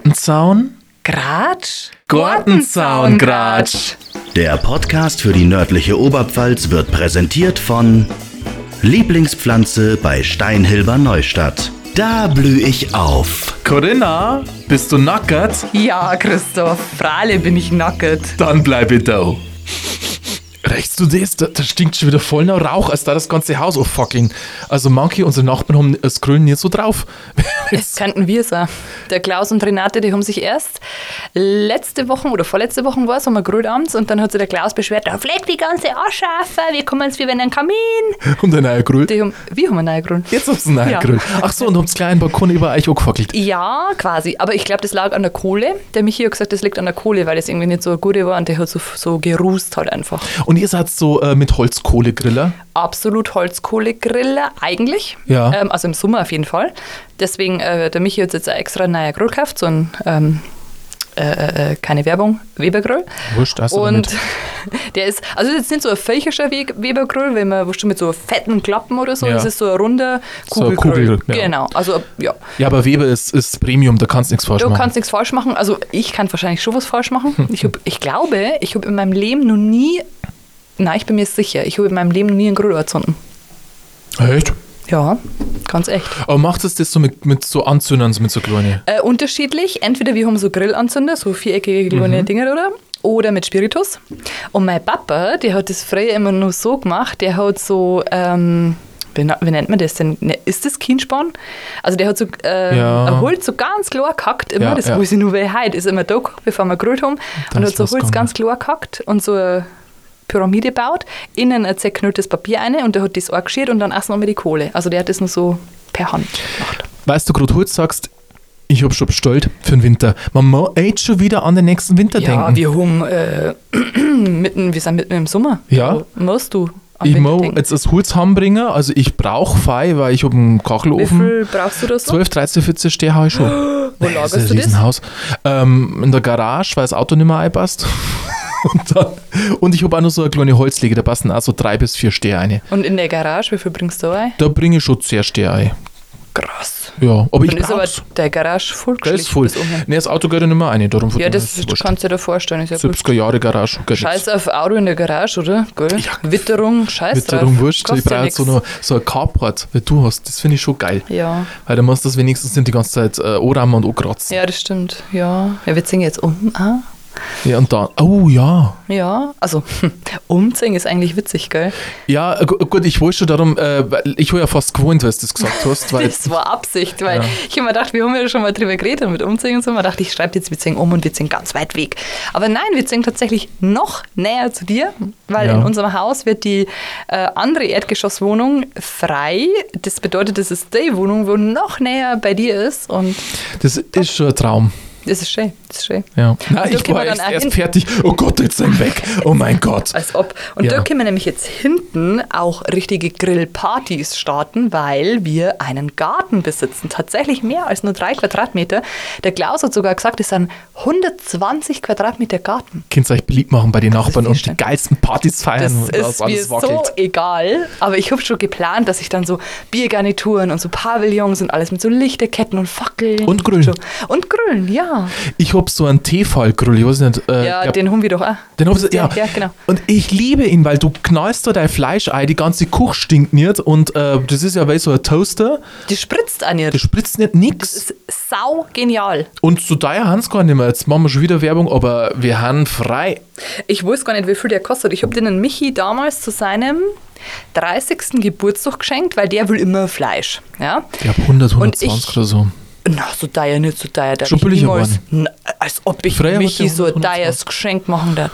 Gortenzaun? Gratsch? Gortenzaungratsch. Der Podcast für die nördliche Oberpfalz wird präsentiert von Lieblingspflanze bei Steinhilber Neustadt. Da blühe ich auf. Corinna, bist du nackert? Ja, Christoph, Frale bin ich nackert. Dann bleib ich da. Rechts du das, da, da stinkt schon wieder voll nach Rauch, als da das ganze Haus oh fucking. Also manche, unsere Nachbarn haben das Grün nicht so drauf. Das könnten wir sein. Der Klaus und Renate, die haben sich erst letzte Woche oder vorletzte Woche war es, haben wir grün abends und dann hat sich der Klaus beschwert, da fleckt die ganze Asche auf, wir kommen jetzt wie wenn ein Kamin. und ein neuer Grün. Die haben, wir haben einen neuen Grund. Jetzt habt ihr einen neuen Ja. Grün. Ach so, und habt's kleinen Balkon über euch angefackelt. Ja, quasi. Aber ich glaube, das lag an der Kohle. Der Michi hat gesagt, das liegt an der Kohle, weil das irgendwie nicht so eine gute war und der hat so, so gerußt halt einfach. Und ihr seid so äh, mit Holzkohlegriller. absolut Holzkohlegriller, eigentlich. Ja. Ähm, also im Sommer auf jeden Fall. Deswegen, äh, der Michi hat jetzt einen extra neue Grill gekauft, so ein, ähm, äh, äh, keine Werbung, Webergrill. Wurscht, also hast du Und der ist, also das ist jetzt nicht so ein fächischer We Webergrill, wenn man wurscht mit so fetten Klappen oder so, Ja. das ist so ein runder So ein Kugelgrill. Kugel, ja. Genau, also ja. Ja, aber Weber ist, ist Premium, da kannst nichts falsch Du machen. kannst nichts falsch machen. Also ich kann wahrscheinlich schon was falsch machen. Ich, hab, ich glaube, ich habe in meinem Leben noch nie, nein, ich bin mir sicher, ich habe in meinem Leben noch nie einen Grill erzündet. Echt? Ja, ganz echt. Aber macht es das so mit, mit so Anzündern, so mit so kleinen? Äh, unterschiedlich. Entweder wir haben so Grillanzünder, so viereckige kleine Dinger, oder? Oder mit Spiritus. Und mein Papa, der hat das früher immer nur so gemacht, der hat so, ähm, wie, na- wie nennt man das denn? Ne, ist das Kienspan? Also der hat so äh, Ja. ein Holz so ganz klar gehackt, immer, Ja, das ja. weiß ich nur, weil heute ist immer da, gehackt, bevor wir gegrillt haben. Dann und ist hat so Holz losgegangen. ganz klar gehackt und so eine Pyramide baut, innen ein zerknülltes Papier eine und der hat das angeschirrt und dann erst noch mit die Kohle. Also der hat das nur so per Hand gemacht. Weißt du, gerade heute sagst, ich hab schon bestellt für den Winter. Man muss echt schon wieder an den nächsten Winter Ja, denken. wir haben äh, mitten, wir sind mitten im Sommer. Ja. Also musst du am Ich Winter muss denken. jetzt das Holz heimbringer, also ich brauche Fei, weil ich habe einen Wie Kachelofen. viel brauchst du das so? 12, 13, 14 Stehe habe ich schon. Wo Das lagerst ist du ein das? Riesenhaus. Ähm, in der Garage, weil das Auto nicht mehr einpasst. Und, dann, und ich habe auch noch so eine kleine Holzlege, da passen auch so drei bis vier Stehe ein. Und in der Garage, wie viel bringst du ein? Da bringe ich schon sehr Stehe ein. Krass. Ja, aber Dann ich ist aber brauch's. der Garage voll Der ist voll. geschlichen bis oben. Nee, das Auto geht ja nicht mehr rein, darum von Ja, dem das, her ist es wurscht. kannst du dir da vorstellen. Ist ja gut. 70er Jahre Garage. geht Scheiß auf Auto in der Garage, oder? Gell? Witterung, scheiß Wird drauf. darum wurscht, ich Kostet ja brauche jetzt so, nix. noch, so ein Carport, wie du hast. Das finde ich schon geil. Ja. Weil dann musst du das wenigstens nicht die ganze Zeit äh, anrahmen und ankratzen. ja, das stimmt. Ja. ja wir singen jetzt um. Ah. Ja. und dann, oh ja. Ja, also umziehen ist eigentlich witzig, gell? Ja, gu- gut, ich wollte schon darum, äh, weil ich war ja fast gewohnt, als du das gesagt hast, weil Das war Absicht, weil Ja. ich immer dachte, wir haben ja schon mal drüber geredet und mit Umziehen und so. Man dachte, ich schreibe jetzt Witzing um und Witzing ganz weit weg. Aber nein, Witzing tatsächlich noch näher zu dir, weil Ja. in unserem Haus wird die äh, andere Erdgeschosswohnung frei. Das bedeutet, das ist die Wohnung, wo noch näher bei dir ist und das ist schon ein Traum. das ist schön, das ist schön. Ja. Nein, da ich gehen war wir dann erst, auch erst hin. fertig. Oh Gott, jetzt sind weg. Oh mein Gott. Als ob. Und Ja. da können wir nämlich jetzt hinten auch richtige Grillpartys starten, weil wir einen Garten besitzen. Tatsächlich mehr als nur drei Quadratmeter. Der Klaus hat sogar gesagt, es sind 120 Quadratmeter Garten. Könnt ihr euch beliebt machen bei den Nachbarn sehr und die schön. geilsten Partys Das feiern, und ist mir so egal. Aber ich habe schon geplant, dass ich dann so Biergarnituren und so Pavillons und alles mit so Lichterketten und Fackeln. Und Grillen. So. Und Grillen, ja. Ich hab so einen Tefal-Grill, ich weiß nicht. Äh, Ja, glaub- den haben wir doch auch. Den hab ich, ja. ja, genau. Und ich liebe ihn, weil du knallst da dein Fleisch ein, die ganze Kuch stinkt nicht und äh, das ist ja wie so ein Toaster, Die spritzt an ihr. der spritzt nicht nix. Das ist sau genial. Und zu daher haben sie gar nicht mehr. Jetzt machen wir schon wieder Werbung, aber wir haben frei. Ich weiß gar nicht, wie viel der kostet. Ich habe den Michi damals zu seinem 30. Geburtstag geschenkt, weil der will immer Fleisch. Ja? Ich habe 100, Und 120 ich- oder so. Na, so teuer nicht, so teuer. darf Schon ich billiger niemals- geworden. Na, als ob ich Freie hat Michi ja so ein 100, teures Geschenk machen darf.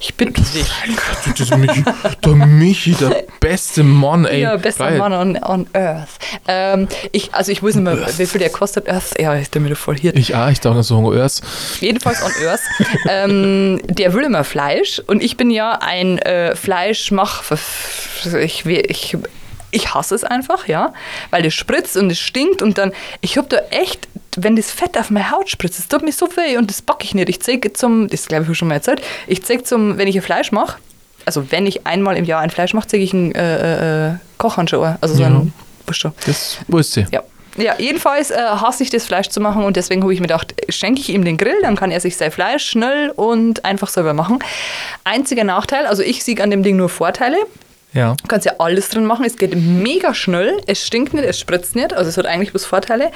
Ich bitte dich. Das ist Michi, der Michi, der beste Mann, ey. Ja, bester Frei. Mann on, on Earth. Ähm, ich, also ich weiß nicht mehr, wie viel der kostet. Earth, ja, ist der mir doch voll hier. Ich auch, ich dachte so, oh, erst. Jedenfalls on Earth. ähm, der will immer Fleisch und ich bin ja ein äh, Fleischmach. Ich, we- ich, ich hasse es einfach, ja, weil es spritzt und es stinkt und dann. Ich hab da echt, wenn das Fett auf meine Haut spritzt, das tut mir so weh und das bock ich nicht. Ich zeig zum, das glaube ich hab schon mal erzählt, ich zeig zum, wenn ich ein Fleisch mache, also wenn ich einmal im Jahr ein Fleisch mache, zeig ich einen äh, äh, äh, Kochhandschuh, an, also so Ja. einen. Weißt du schon. Das wusste ich. Ja. Ja, jedenfalls äh, hasse ich das Fleisch zu machen und deswegen habe ich mir gedacht, schenke ich ihm den Grill, dann kann er sich sein Fleisch schnell und einfach selber machen. Einziger Nachteil, also ich sehe an dem Ding nur Vorteile. Ja. Du kannst ja alles drin machen. Es geht mega schnell. Es stinkt nicht, es spritzt nicht. Also es hat eigentlich bloß Vorteile.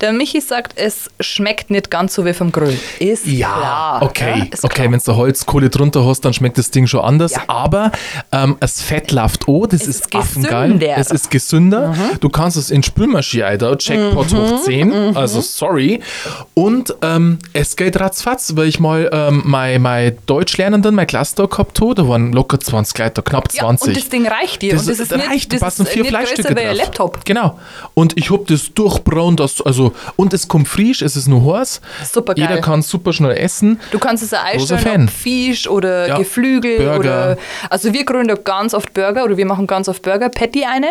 Der Michi sagt, es schmeckt nicht ganz so wie vom Grill. Ist Ja, klar. okay. Ja, ist okay, klar. wenn du Holzkohle drunter hast, dann schmeckt das Ding schon anders. Ja. Aber ähm, es fettlaft auch, oh, das Es ist, ist affengeil. gesünder. Mhm. Es ist gesünder. Du kannst es in Spülmaschine eindauen, Jackpot hoch 10. Also sorry. Und ähm, es geht ratzfatz, weil ich mal ähm, mein, mein Deutschlernenden, mein Klassentor gehabt habe, da waren locker 20 Leute, knapp Ja, 20. und das Ding reicht dir. Das, und das ist reicht, nicht, das passen ist vier nicht Fleischstücke größer wie ein drauf. Laptop. Genau. Und ich hab das durchbraun, das, also, und es kommt frisch, es ist nur heiß. Supergeil. Jeder kann super schnell essen. Du kannst es auch Großer Fan. einstellen, ob Fisch oder Ja. Geflügel Burger. oder. Also wir gründen ganz oft Burger oder wir machen ganz oft Burger Patty eine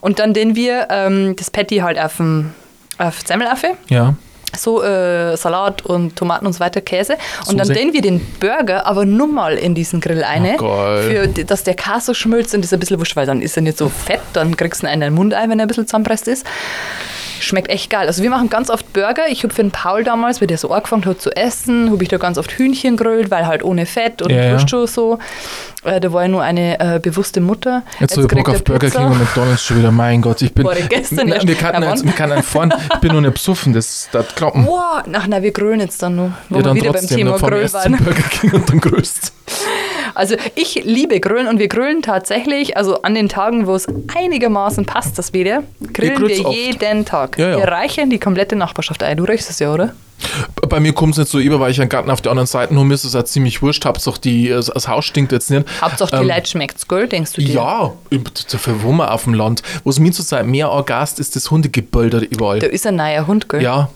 und dann den wir ähm, das Patty halt auf dem auf Semmelaffe, Ja. so äh, Salat und Tomaten und so weiter, Käse. Und dann Soße. den wir den Burger aber nur mal in diesen Grill eine, Oh, geil. für, dass der Käse schmilzt und ist ein bisschen wurscht, weil dann ist er nicht so fett, dann kriegst du ihn in deinen Mund ein, wenn er ein bisschen zusammenpresst ist. Schmeckt echt geil. Also wir machen ganz oft Burger. Ich habe für den Paul damals, wie der so angefangen hat zu essen, habe ich da ganz oft Hühnchen grillt, weil halt ohne Fett und Ja, ja. yeah. Wurst schon so. Äh, da war ja nur eine äh, bewusste Mutter. Jetzt habe ich kriegt Bock er auf Burger Pizza. King und McDonalds schon wieder. Mein Gott, ich bin. War ich gestern Nein, erst. wir kannten Na, jetzt, wann? wir kannten einen fahren. Ich bin nur nicht besoffen, das, das klappen. Boah, ach nein, wir grillen jetzt dann nur. Wo Ja, wir dann wieder beim trotzdem. Thema Dann fahren wir Grill erst zum waren. Burger King und dann größt. Also ich liebe Grillen und wir grillen tatsächlich, also an den Tagen, wo es einigermaßen passt, das wieder, grillen grillt's wir oft. jeden Tag. Ja, ja. Wir reichen die komplette Nachbarschaft ein. Du reichst es ja, oder? Bei mir kommt es nicht so über, weil ich einen Garten auf der anderen Seite nur ist es ja ziemlich wurscht. Hauptsache, die, äh, das Haus stinkt jetzt nicht. Hauptsache die Ähm, Leute schmeckt's, gell, denkst du dir? Ja, dafür wohnen wir auf dem Land. Was mir zurzeit mehr orgast, ist das Hundegebölder überall. Da ist ein neuer Hund, gell? ja.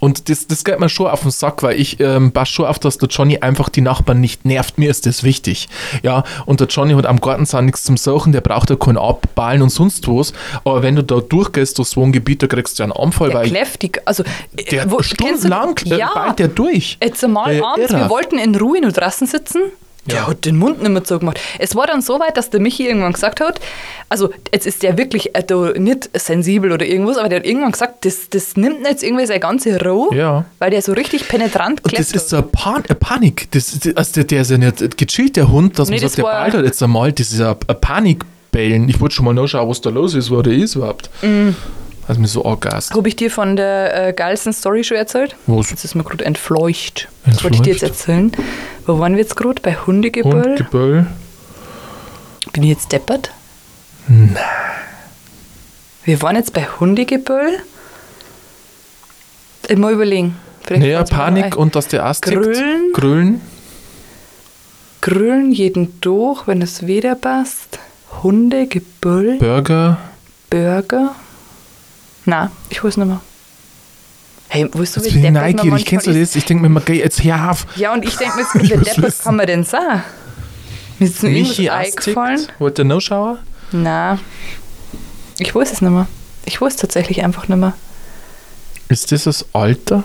Und das, das geht mir schon auf den Sack, weil ich ähm, pass schon auf, dass der Johnny einfach die Nachbarn nicht nervt. Mir ist das wichtig. Ja, und der Johnny hat am Gartenzaun nichts zum Suchen, der braucht ja keinen Abballen und sonst was. Aber wenn du da durchgehst, durchs Wohngebiet, da kriegst du einen Anfall, Der weil kläfft die, also äh, der wo- kennst du- stundenlang äh, ja, ballt der durch. Jetzt einmal Der abends, Irrer. wir wollten in Ruhe nur draußen sitzen. Der Äh, Ja. hat den Mund nicht mehr zugemacht. Es war dann so weit, dass der Michi irgendwann gesagt hat, also jetzt ist der wirklich äh, da nicht sensibel oder irgendwas, aber der hat irgendwann gesagt, das, das nimmt ihm jetzt irgendwie seine ganze Ruhe, Ja. weil der so richtig penetrant Und das kläfft ist hat. so eine Pan eine Panik. Das, ist- also der, der ist ja nicht gechillt, der Hund, dass Nee, man das sagt, der war- ballt halt jetzt einmal. Das ist eine, eine Panikbellen. Ich wollte schon mal nachschauen, was da los ist, wo der ist überhaupt. Mhm. Also mir so angast. Habe ich dir von der äh, geilsten Story schon erzählt? Was? Jetzt ist mir gerade entfleucht. Das wollte ich dir jetzt erzählen. Wo waren wir jetzt gerade? Bei Hund, Hundegeböll? Geböll. Bin ich jetzt deppert? Nein. Wir waren jetzt bei Hundegeböll? Ich muss überlegen. Vielleicht Naja, fällt's mir noch Panik ein. und dass der Ast Grillen? Grillen. Grillen jeden durch, wenn es weder passt. Hunde, Gebüll, Burger. Burger. Na, ich hol's nochmal. Hey, weißt du, Jetzt wie bin ich deppert man neugierig. manchmal Kennst du ist? das? Ich denke mir, immer, geh jetzt her auf. Ja, und ich denke mir, Ich jetzt, wie will's deppert wissen. kann man denn sagen? Mir ist nur Michi irgendwas Astik. eingefallen. Wollte der Noschauer? Na, ich weiß es nicht mehr. Ich weiß tatsächlich einfach nicht mehr. Ist das das Alter?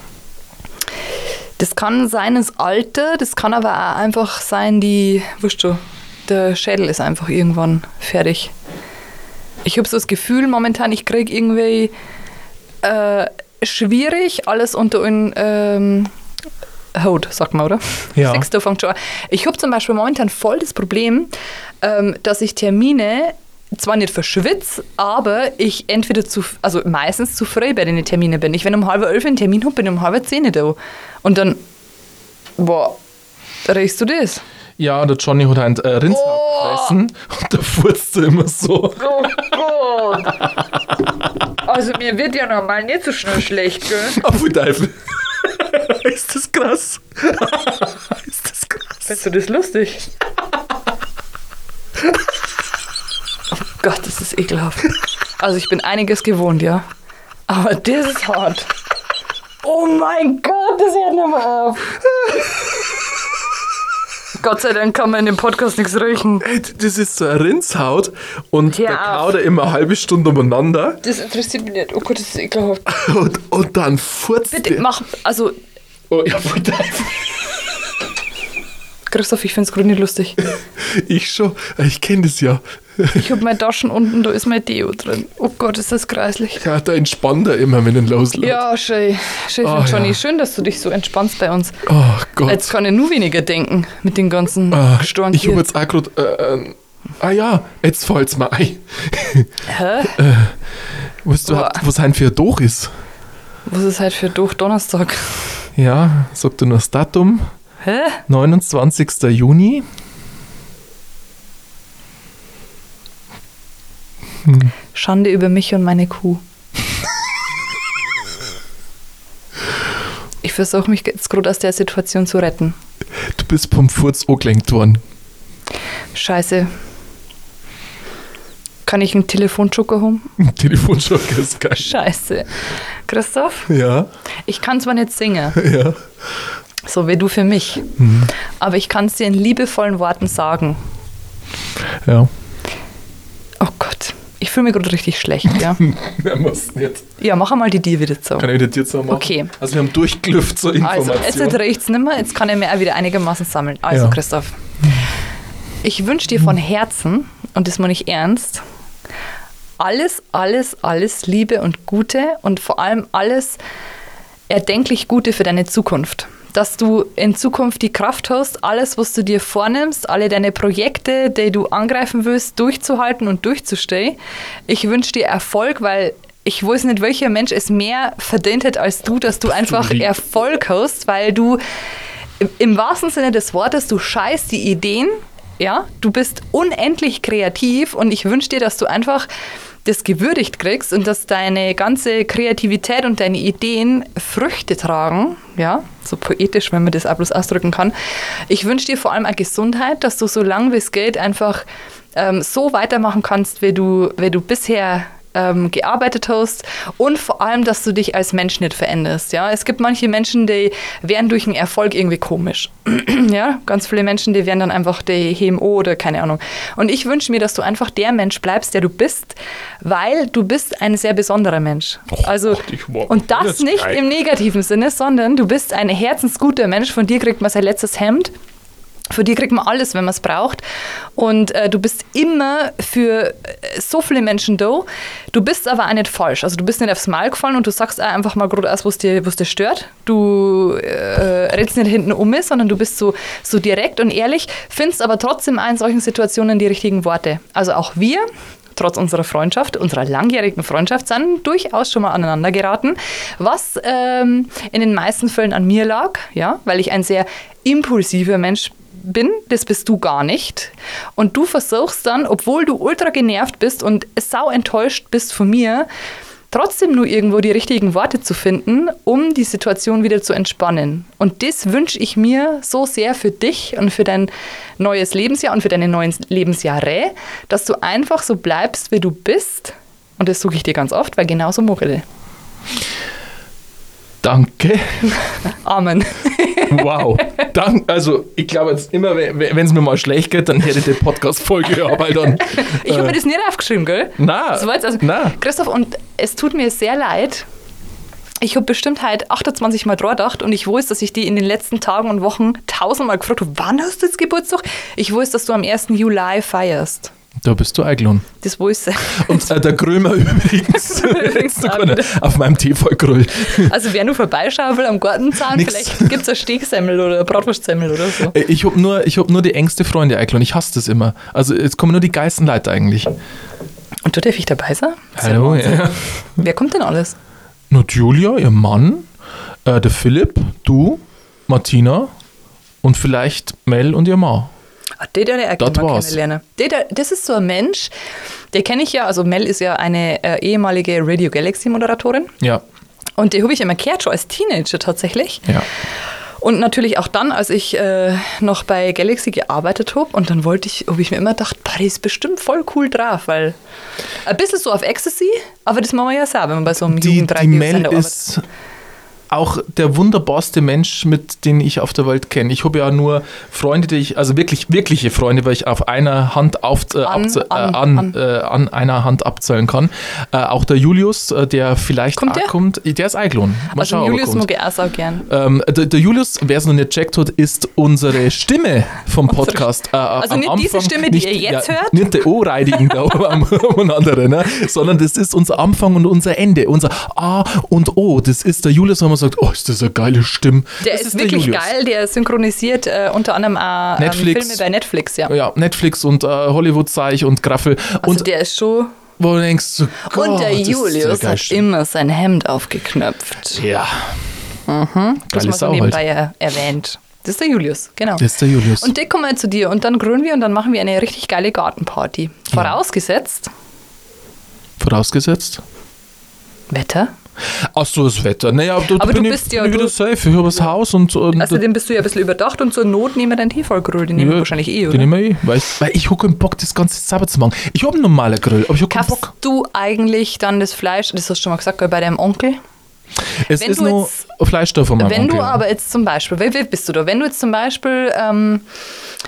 Das kann sein, das Alter, das kann aber auch einfach sein, die, weißt du, der Schädel ist einfach irgendwann fertig. Ich habe so das Gefühl momentan, ich kriege irgendwie äh, schwierig alles unter einen ähm, Haut, sagt man, oder? Ja. Siehst du, fängt schon an. Ich habe zum Beispiel momentan voll das Problem, ähm, dass ich Termine zwar nicht verschwitze, aber ich entweder zu, also meistens zu früh bei den Terminen bin. Ich, wenn um halb elf einen Termin habe, bin ich um halb zehn da. Und dann, boah, riechst du das? Ja, der Johnny hat einen äh, Rindshaar Oh. gefressen und da furzt er immer so. Oh Gott! Also mir wird ja normal nicht so schnell schlecht, gell? Auf den Teufel. ist das krass. ist das krass. Findest du das lustig? oh Gott, das ist ekelhaft. Also ich bin einiges gewohnt, ja. Aber das ist hart. Oh mein Gott, das hört nicht mehr auf. Gott sei Dank kann man in dem Podcast nichts riechen. Ey, Das ist so eine Rindshaut und Hör der auf. kaut er immer eine halbe Stunde umeinander Das interessiert mich nicht. Oh Gott, das ist ekelhaft. und, und dann furzt Bitte der. mach, also Oh, ja, auf den Teufel. Christoph, ich find's gerade nicht lustig. Ich schon. Ich kenne das ja. Ich hab meine Taschen unten, da ist mein Deo drin. Oh Gott, ist das greislich. Ja, da entspannt er immer, wenn er loslässt. Ja, schön. Schön, Ah, Johnny. ja. Schön, dass du dich so entspannst bei uns. Oh Gott. Jetzt kann ich nur weniger denken mit den ganzen Ah, Gestank ich habe hier. jetzt auch gerade. Äh, ähm, ah ja, jetzt fällt's mir ein. Äh, Hä? Weißt du, Boah. überhaupt, was ein für ein Doch ist? Was ist halt für durch Donnerstag? Ja, sagt er nur das Datum: Hä? 29. Juni. Schande über mich und meine Kuh. Ich versuche mich jetzt gerade aus der Situation zu retten. Du bist vom Furz angelenkt worden. Scheiße. Kann ich einen Telefonjoker holen? Telefonschock ist geil. Scheiße. Christoph, Ja, ich kann zwar nicht singen, ja. so wie du für mich, aber ich kann es dir in liebevollen Worten sagen. Ja, Oh Gott, ich fühle mich gerade richtig schlecht, ja? wir muss nicht. ja, mach einmal die dir wieder zu. Kann ich das jetzt noch machen? Okay. Also, wir haben durchgelüft zur Also, Information. jetzt reicht es nicht mehr, jetzt kann ich mir auch wieder einigermaßen sammeln. Also, Ja. Christoph, ich wünsche dir von Herzen, und das meine ich ernst, alles, alles, alles Liebe und Gute und vor allem alles erdenklich Gute für deine Zukunft. Dass du in Zukunft die Kraft hast, alles, was du dir vornimmst, alle deine Projekte, die du angreifen willst, durchzuhalten und durchzustehen. Ich wünsche dir Erfolg, weil ich weiß nicht, welcher Mensch es mehr verdient hat als du, dass du einfach lieb. Erfolg hast, weil du im- im wahrsten Sinne des Wortes, du scheißt die Ideen, ja, du bist unendlich kreativ und ich wünsche dir, dass du einfach das gewürdigt kriegst und dass deine ganze Kreativität und deine Ideen Früchte tragen, ja, so poetisch, wenn man das auch bloß ausdrücken kann. Ich wünsche dir vor allem eine Gesundheit, dass du so lange wie es geht einfach ähm, so weitermachen kannst, wie du, wie du bisher ähm, gearbeitet hast und vor allem, dass du dich als Mensch nicht veränderst. Ja? Es gibt manche Menschen, die werden durch einen Erfolg irgendwie komisch. ja? Ganz viele Menschen, die werden dann einfach die HMO oder keine Ahnung. Und ich wünsche mir, dass du einfach der Mensch bleibst, der du bist, weil du bist ein sehr besonderer Mensch. also, Gott, ich war- und das, das nicht geil. im negativen Sinne, sondern du bist ein herzensguter Mensch, von dir kriegt man sein letztes Hemd. Für die kriegt man alles, wenn man es braucht. Und äh, du bist immer für äh, so viele Menschen da. Du bist aber auch nicht falsch. Also du bist nicht aufs Mal gefallen und du sagst auch einfach mal gerade aus, was dir, was dir stört. Du äh, redest nicht hinten um ist, sondern du bist so, so direkt und ehrlich, findest aber trotzdem auch in solchen Situationen die richtigen Worte. Also auch wir trotz unserer Freundschaft, unserer langjährigen Freundschaft, sind durchaus schon mal aneinander geraten, was ähm, in den meisten Fällen an mir lag, ja, weil ich ein sehr impulsiver Mensch bin, das bist du gar nicht. Und du versuchst dann, obwohl du ultra genervt bist und sau enttäuscht bist von mir, trotzdem nur irgendwo die richtigen Worte zu finden, um die Situation wieder zu entspannen. Und das wünsche ich mir so sehr für dich und für dein neues Lebensjahr und für deine neuen Lebensjahre, dass du einfach so bleibst, wie du bist. Und das suche ich dir ganz oft, weil genauso mogele. Danke. Amen. Wow. Dank, also, ich glaube jetzt immer, wenn es mir mal schlecht geht, dann hätte ich die Podcast-Folge aber dann. Ich habe mir das nicht aufgeschrieben, gell? Na, Das war jetzt also, na. Christoph, und es tut mir sehr leid. Ich habe bestimmt halt 28 Mal dran gedacht und ich weiß, dass ich die in den letzten Tagen und Wochen tausendmal gefragt habe, wann hast du jetzt Geburtstag? Ich weiß, dass du am 1. Juli feierst. Da bist du eingeladen. Das weiß ich. Und äh, der Krömer übrigens. Übrigens Du auch kann- wieder. auf meinem TV-Grill. Also wer nur vorbeischauen will am Gartenzahn, Nix. vielleicht gibt es eine Stegsemmel oder eine Bratwurstsemmel oder so. Ich habe nur, ich hab nur die engste Freunde eingeladen. Ich hasse das immer. Also, jetzt kommen nur die geilsten Leute eigentlich. Und du darf ich dabei sein? Das ist ja Hallo, Wahnsinn. ja. Wer kommt denn alles? Not Julia, ihr Mann, äh, der Philipp, du, Martina und vielleicht Mel und ihr Ma. Ah, Den darf ich auch Das mal war's. kennenlernen. Den darf- Das ist so ein Mensch, der kenne ich ja, also Mel ist ja eine äh, ehemalige Radio Galaxy Moderatorin. Ja. Und die habe ich immer gehört, schon als Teenager tatsächlich. Ja. Und natürlich auch dann, als ich äh, noch bei Galaxy gearbeitet habe. Und dann wollte ich, habe ich mir immer gedacht, boah, die ist bestimmt voll cool drauf, weil ein bisschen so auf Ecstasy, aber das machen wir ja selber, wenn man bei so einem Die, die Jugendradio Mel arbeitet. ist auch der wunderbarste Mensch, mit den ich auf der Welt kenne. Ich habe ja nur Freunde, die ich, also wirklich, wirkliche Freunde, weil ich auf einer Hand auf, äh, An, abzäh- äh, an, an, an. Äh, an einer Hand abzählen kann. Äh, auch der Julius, äh, der vielleicht Kommt auch der? kommt, der ist eingeladen. Mal Also schauen, ob er Julius kommt. mag ich auch so gern. Ähm, der, der Julius, wer es noch nicht gecheckt hat, ist unsere Stimme vom Podcast. Äh, Also am nicht diese Anfang, Stimme, die ihr jetzt hört? Nicht der O-Reidigen da am- am anderen, ne? sondern das ist unser Anfang und unser Ende. Unser A und O. Das ist der Julius, wenn man sagt, oh, ist das eine geile Stimme. Der das ist, wirklich Julius. geil, der synchronisiert äh, unter anderem auch ähm, Netflix. Filme bei Netflix, ja. Ja, Netflix und äh, Hollywood-Zeich und Graffel. Also und der ist schon. wo du denkst, du, Gott, und der das ist eine Julius geile hat Stimme. immer sein Hemd aufgeknöpft. Ja. Mhm. Das Geile mal so Sau halt. nebenbei er- erwähnt. Das ist der Julius, genau. Das ist der Julius. Und der kommt mal zu dir und dann grünen wir und dann machen wir eine richtig geile Gartenparty. Vorausgesetzt, Vorausgesetzt. Wetter. Ach so, das Wetter. Naja, da, da Aber bin du ich, bist ja- bin ich du- wieder safe. Ich habe das Haus und, und Außerdem Also bist du ja ein bisschen überdacht und zur Not nehmen wir deinen Tefalgröhl, den nehmen wir wahrscheinlich eh, Den oder? nehmen wir eh, weil, ich- weil ich habe keinen Bock, das ganze selber zu machen. Ich habe einen normalen Grill, aber ich habe keinen Kaufst Bock. du eigentlich dann das Fleisch, das hast du schon mal gesagt, gell, bei deinem Onkel? Es wenn ist du nur jetzt- Fleisch da von meinem Wenn Onkel. du aber jetzt zum Beispiel, wie, wie bist du da? Wenn du jetzt zum Beispiel ähm,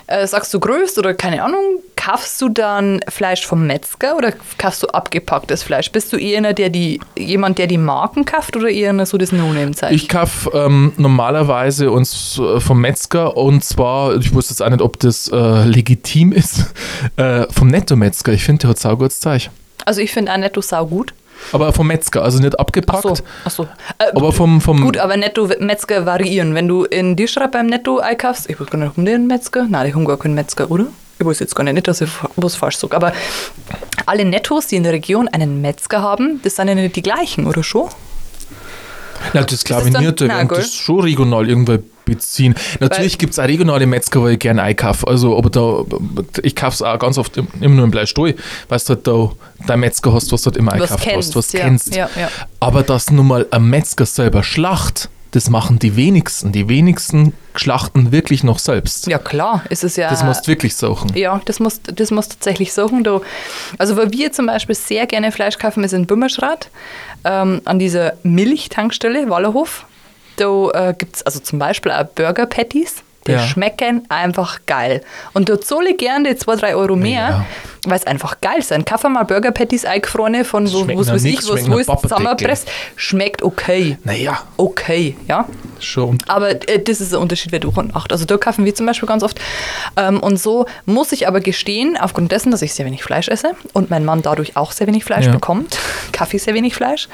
äh, sagst, du größt oder keine Ahnung, kaufst du dann Fleisch vom Metzger oder kaufst du abgepacktes Fleisch? Bist du eher einer, der die, jemand, der die Marken kauft oder eher einer so das No-Name-Zeug? ich kaufe ähm, normalerweise uns äh, vom Metzger und zwar, ich wusste jetzt auch nicht, ob das äh, legitim ist, äh, vom Netto-Metzger. Ich finde, der hat saugutes Zeug. also ich finde auch Netto sau gut. Aber vom Metzger, also nicht Ach abgepackt. so, ach so. Äh, Aber vom, vom Gut, aber Netto-Metzger variieren. Wenn du in Dischrab beim Netto einkaufst, ich weiß gar nicht, um den Metzger? Nein, die haben gar keinen Metzger, oder? Ich weiß jetzt gar nicht, nicht, dass ich fa- was falsch sage. Aber alle Nettos, die in der Region einen Metzger haben, das sind ja nicht die gleichen, oder schon? Na, das dann Klavinierte, wenn Nagel? das schon regional irgendwo beziehen. Natürlich Weil- gibt es auch regionale Metzger, weil ich gerne einkaufe. Also, aber da, ich kaufe es auch ganz oft im- immer nur im Bleistall, weil du halt da dein Metzger hast, was du halt immer Was einkauft hast, kennst, was du ja, kennst. ja, ja. Aber dass nun mal ein Metzger selber schlacht, das machen die wenigsten. Die wenigsten schlachten wirklich noch selbst. Ja, klar, ist es ja. Das musst du wirklich suchen. Ja, das muss, das muss tatsächlich sagen. Da, also, wo wir zum Beispiel sehr gerne Fleisch kaufen, ist in Bümmerschrath, ähm, an dieser Milchtankstelle, Wallerhof. Da äh, gibt es also zum Beispiel auch Burger Patties, die Ja. schmecken einfach geil. Und da zahle ich gerne die 2, 3 Euro mehr, Ja. weil es einfach geil sind. Kaffee mal Burger Patties eingefrorene von so, Schmecken was nach weiß nix, ich, was schmecken nach wo ist Pappendeckel. zusammenpresst, schmeckt okay. Naja, Okay, ja. schon. Aber äh, das ist der Unterschied, wer durch und acht. Also da kaufen wir zum Beispiel ganz oft. Ähm, und so muss ich aber gestehen, aufgrund dessen, dass ich sehr wenig Fleisch esse und mein Mann dadurch auch sehr wenig Fleisch Ja. bekommt, Kaffee sehr wenig Fleisch.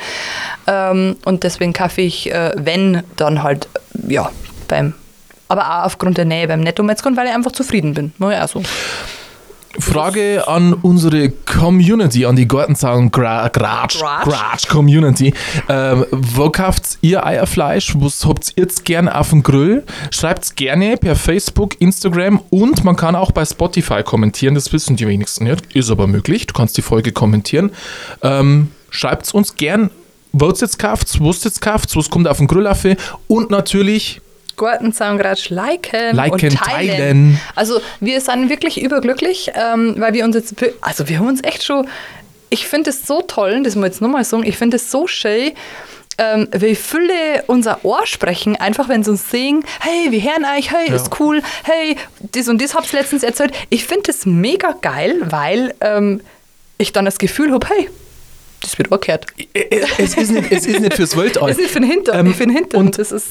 Ähm, und deswegen kaufe ich, äh, wenn, dann halt, äh, ja, beim, aber auch aufgrund der Nähe beim Netto-Metzger und weil ich einfach zufrieden bin. Muss ich auch so. Frage an unsere Community, an die Gartenzaun Gratsch, Gratsch. Gratsch Community. Ähm, wo kauft ihr Eierfleisch? Was habt ihr jetzt gern auf dem Grill? Schreibt es gerne per Facebook, Instagram und man kann auch bei Spotify kommentieren. Das wissen die wenigsten nicht. Ist aber möglich. Du kannst die Folge kommentieren. Ähm, Schreibt es uns gern. Was jetzt kauft, was jetzt kauft, was kommt auf den Grill auf und natürlich Gartenzaungratsch liken, Liken, und teilen. teilen. Also wir sind wirklich überglücklich, ähm, weil wir uns jetzt, wir- also wir haben uns echt schon, ich finde es so toll, das muss ich jetzt nochmal sagen, ich finde es so schön, ähm, wie viele unser Ohr sprechen, einfach wenn sie uns singen, hey, wir hören euch, hey, Ja. ist cool, hey, das und das habt ihr letztens erzählt. Ich finde es mega geil, weil ähm, ich dann das Gefühl habe, hey, das wird angehört. äh, es ist nicht, es ist nicht fürs Weltall. Das ist für den Hintern, Ähm, für den Hintern. und- das ist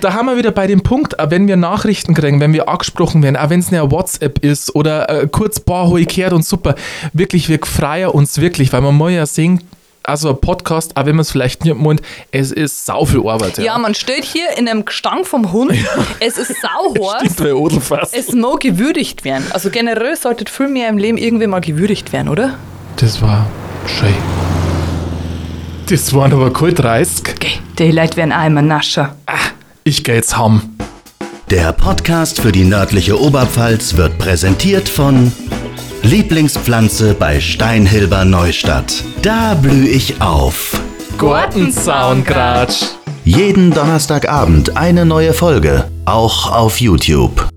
Da haben wir wieder bei dem Punkt, auch wenn wir Nachrichten kriegen, wenn wir angesprochen werden, auch wenn es eine WhatsApp ist oder äh, kurz paar hoi kehrt und super, wirklich, wir freuen uns wirklich, weil man muss ja sehen, also ein Podcast, auch wenn man es vielleicht nicht meint, es ist sau viel Arbeit. Ja, man steht hier in einem Gestank vom Hund. Es ist sauhorst. Stimmt, wir odeln fast. Es mag gewürdigt werden. Also generell sollte viel mehr im Leben irgendwie mal gewürdigt werden, oder? Das war schön. Das waren aber cool 30. Okay, die Leute werden auch immer nascher. Ich geh jetzt heim. Der Podcast für die nördliche Oberpfalz wird präsentiert von Lieblingspflanze bei Steinhilber Neustadt. Da blühe ich auf. Gartenzaungratsch. Jeden Donnerstagabend eine neue Folge, auch auf YouTube.